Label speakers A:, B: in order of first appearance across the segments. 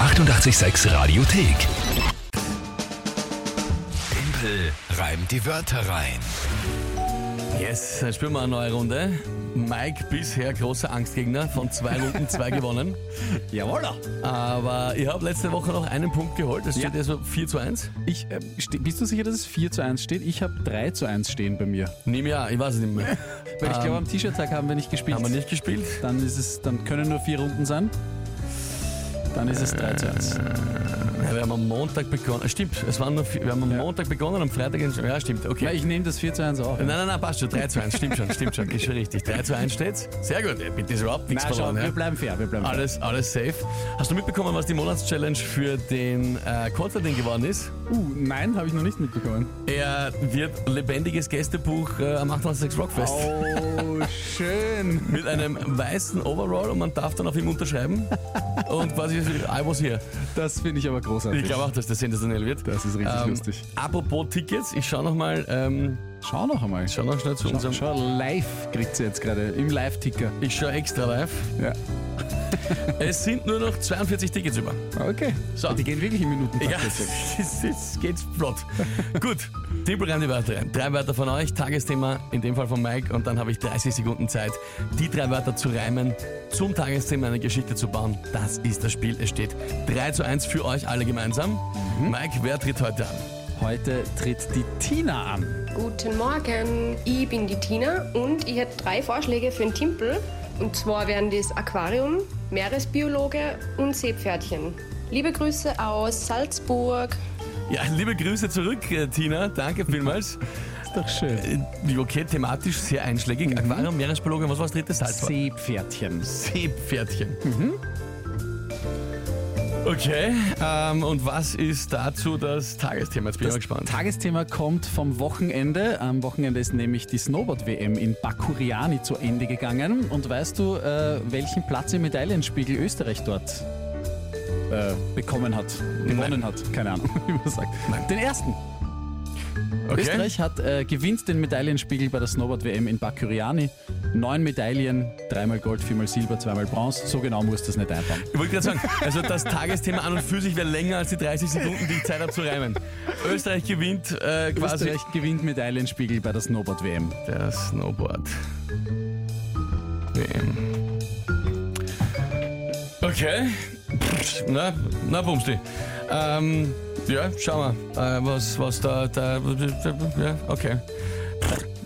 A: 886 Radiothek. Tempel reimt die Wörter rein.
B: Yes, dann spielen wir eine neue Runde. Mike, bisher großer Angstgegner, von zwei Runden zwei gewonnen.
C: Jawohl.
B: Aber ihr habt letzte Woche noch einen Punkt geholt, das steht
C: Ja.
B: jetzt so 4 zu 1.
C: Ich, äh, ste- bist du sicher, dass es 4 zu 1 steht? Ich habe 3 zu 1 stehen bei mir.
B: Nimm ja, ich weiß es nicht mehr.
C: Weil ich glaube, am T-Shirt-Tag haben wir nicht gespielt.
B: Ähm, Haben wir nicht gespielt?
C: Dann, ist es, dann können nur 4 Runden sein. Dann ist es 3 zu
B: Äh,
C: 1.
B: Ja, wir haben am Montag begonnen. Stimmt, es waren nur vier, wir haben am
C: Ja.
B: Montag begonnen, am Freitag. entschieden. Ja, stimmt, okay.
C: Ja, ich nehme das 4 zu 1 auch.
B: Nein, nein, nein, passt schon. 3 zu 1, stimmt schon, stimmt schon, ist schon richtig. 3 zu 1 steht's. Sehr gut, ey, bitte ist überhaupt nichts
C: Na, schau,
B: verloren.
C: wir
B: ja.
C: bleiben fair, wir bleiben fair.
B: Alles, alles safe. Hast du mitbekommen, was die Monatschallenge für den äh, Konstantin geworden ist?
C: Uh, nein, habe ich noch nicht mitbekommen.
B: Er wird lebendiges Gästebuch äh, am 886 Rockfest.
C: Oh, schön.
B: Mit einem weißen Overall und man darf dann auf ihm unterschreiben. Und quasi, I was here.
C: Das finde ich aber großartig.
B: Ich glaube auch, dass das sensationell wird. Ähm,
C: Das ist richtig lustig.
B: Apropos Tickets, ich schaue nochmal ähm,
C: Schau noch einmal.
B: schau noch schnell zu
C: Schau,
B: unserem.
C: schau, live kriegt sie jetzt gerade im Live-Ticker.
B: Ich schaue extra live.
C: Ja.
B: Es sind nur noch 42 Tickets über.
C: Okay.
B: So.
C: Die gehen wirklich in Minuten.
B: Ja, das, das geht flott. Gut, Tippel rein die Wörter rein. Drei Wörter von euch, Tagesthema, in dem Fall von Mike. Und dann habe ich 30 Sekunden Zeit, die drei Wörter zu reimen, zum Tagesthema eine Geschichte zu bauen. Das ist das Spiel. Es steht 3 zu 1 für euch alle gemeinsam. Mike, wer tritt heute an?
C: Heute tritt die Tina an.
D: Guten Morgen, ich bin die Tina und ich hätte drei Vorschläge für den Timpel. Und zwar wären das Aquarium, Meeresbiologe und Seepferdchen. Liebe Grüße aus Salzburg.
B: Ja, liebe Grüße zurück, äh, Tina. Danke vielmals.
C: Ist doch schön.
B: Äh, Okay, thematisch sehr einschlägig. Aquarium, Meeresbiologe, was war das dritte? Salzwasser.
C: Seepferdchen.
B: Seepferdchen. Okay, ähm, und was ist dazu das Tagesthema? Jetzt bin ich mal gespannt.
C: Tagesthema kommt vom Wochenende. Am Wochenende ist nämlich die Snowboard-WM in Bakuriani zu Ende gegangen. Und weißt du, äh, welchen Platz im Medaillenspiegel Österreich dort äh, bekommen hat, gewonnen hat? Keine Ahnung, wie man sagt. Den ersten.
B: okay.
C: Österreich hat äh, gewinnt den Medaillenspiegel bei der Snowboard-WM in Bakuriani. Neun Medaillen, dreimal Gold, viermal Silber, zweimal Bronze. So genau muss das nicht einbauen.
B: Ich wollte gerade sagen, also das Tagesthema an und für sich wäre länger als die 30 Sekunden, die ich Zeit habe zu reimen. Österreich gewinnt äh, quasi
C: Österreich gewinnt Medaillenspiegel bei der Snowboard-WM.
B: der Snowboard. WM. Okay. Pff, Na, na Bumsti. Ähm, ja, schauen wir, äh, was, was da, da, ja, okay.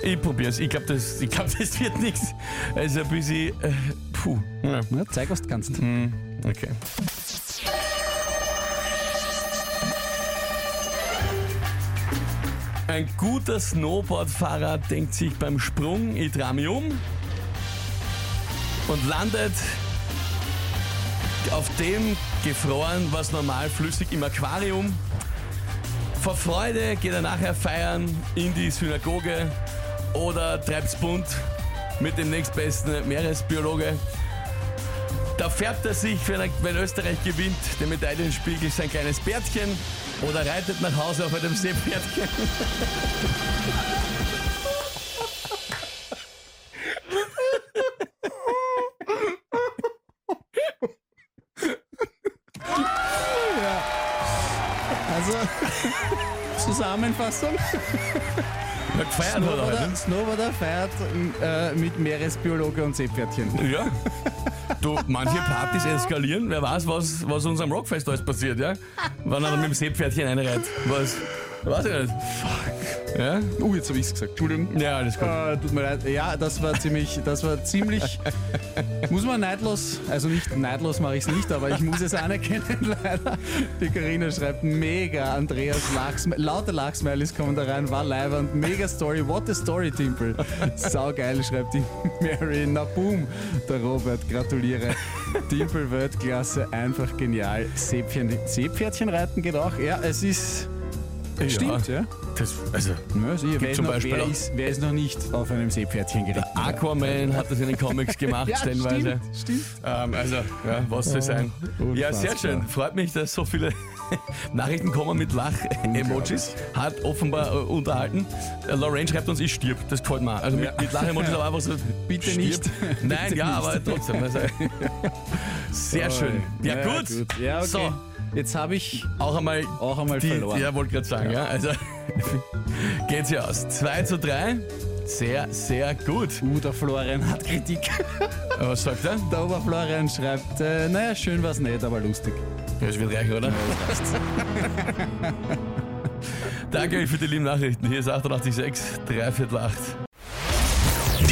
B: Ich probier's. Ich glaube, das, ich glaub, das wird nichts. Also ein bisschen, äh, puh. Ja.
C: Na, zeig, was du kannst.
B: Okay. Ein guter Snowboardfahrer denkt sich beim Sprung, ich dreh mich um und landet auf dem gefroren, was normal flüssig im Aquarium. Vor Freude geht er nachher feiern in die Synagoge oder treibt's bunt mit dem nächstbesten Meeresbiologe. Da färbt er sich, wenn, er, wenn Österreich gewinnt, den Medaillenspiegel sein kleines Bärtchen oder reitet nach Hause auf einem Seepferdchen.
C: Also, Zusammenfassung.
B: Na, gefeiert hat er
C: Snowboarder,
B: heute.
C: Snowboarder feiert äh, mit Meeresbiologe und Seepferdchen.
B: Ja. Du, manche Partys eskalieren. Wer weiß, was, was uns am Rockfest alles passiert, ja? Wenn er mit dem Seepferdchen einreiht. Was? Weiß ich nicht. Fuck. Ah. Ja?
C: Uh, jetzt habe ich es gesagt. Entschuldigung.
B: Ja, alles gut.
C: Äh, tut mir leid. Ja, das war ziemlich, das war ziemlich, muss man neidlos, also nicht neidlos mache ich es nicht, aber ich muss es anerkennen leider. Die Karina schreibt, mega, Andreas, Lachsme lauter Lachsmilies kommen da rein, war leibernd, mega Story, what a story, Timpel. Saugeil, schreibt die Mary, na boom, der Robert, gratuliere. Timpel, Weltklasse, einfach genial. Seepferdchen, Seepferdchen reiten geht auch, ja, es ist,
B: Ja.
C: stimmt, ja.
B: Das, also,
C: Ja, sicher. wer,
B: Gibt
C: ist
B: zum
C: noch,
B: Beispiel
C: wer,
B: auch-
C: ist, wer ist noch nicht auf einem Seepferdchen geritten?
B: Aquaman hat das in den Comics gemacht, stellenweise.
C: Stimmt, stimmt.
B: Ähm, also, ja, was soll sein.
C: Äh,
B: Ja, sehr schön. Freut mich, dass so viele Nachrichten kommen mit Lach-Emojis. Hat offenbar äh, unterhalten. Äh, Lorraine schreibt uns, ich stirb. Das gefällt mir. auch. Also mit, mit Lach-Emojis, aber einfach so.
C: Bitte
B: stirb.
C: nicht.
B: Nein,
C: Bitte
B: ja,
C: nicht.
B: aber trotzdem. Also, sehr schön. Oh, Ja, gut.
C: Ja, okay.
B: So,
C: Jetzt habe ich
B: auch einmal.
C: auch einmal
B: Die,
C: verloren.
B: ja, wollte gerade sagen, ja. Also, geht's ja aus. 2 zu 3. Sehr, sehr gut.
C: Uh, der Florian hat Kritik.
B: Was sagt er?
C: Der Oberflorian schreibt, äh, naja, schön war's nicht, aber lustig.
B: Es wird reichen, oder? Danke euch für die lieben Nachrichten. Hier ist 886 348.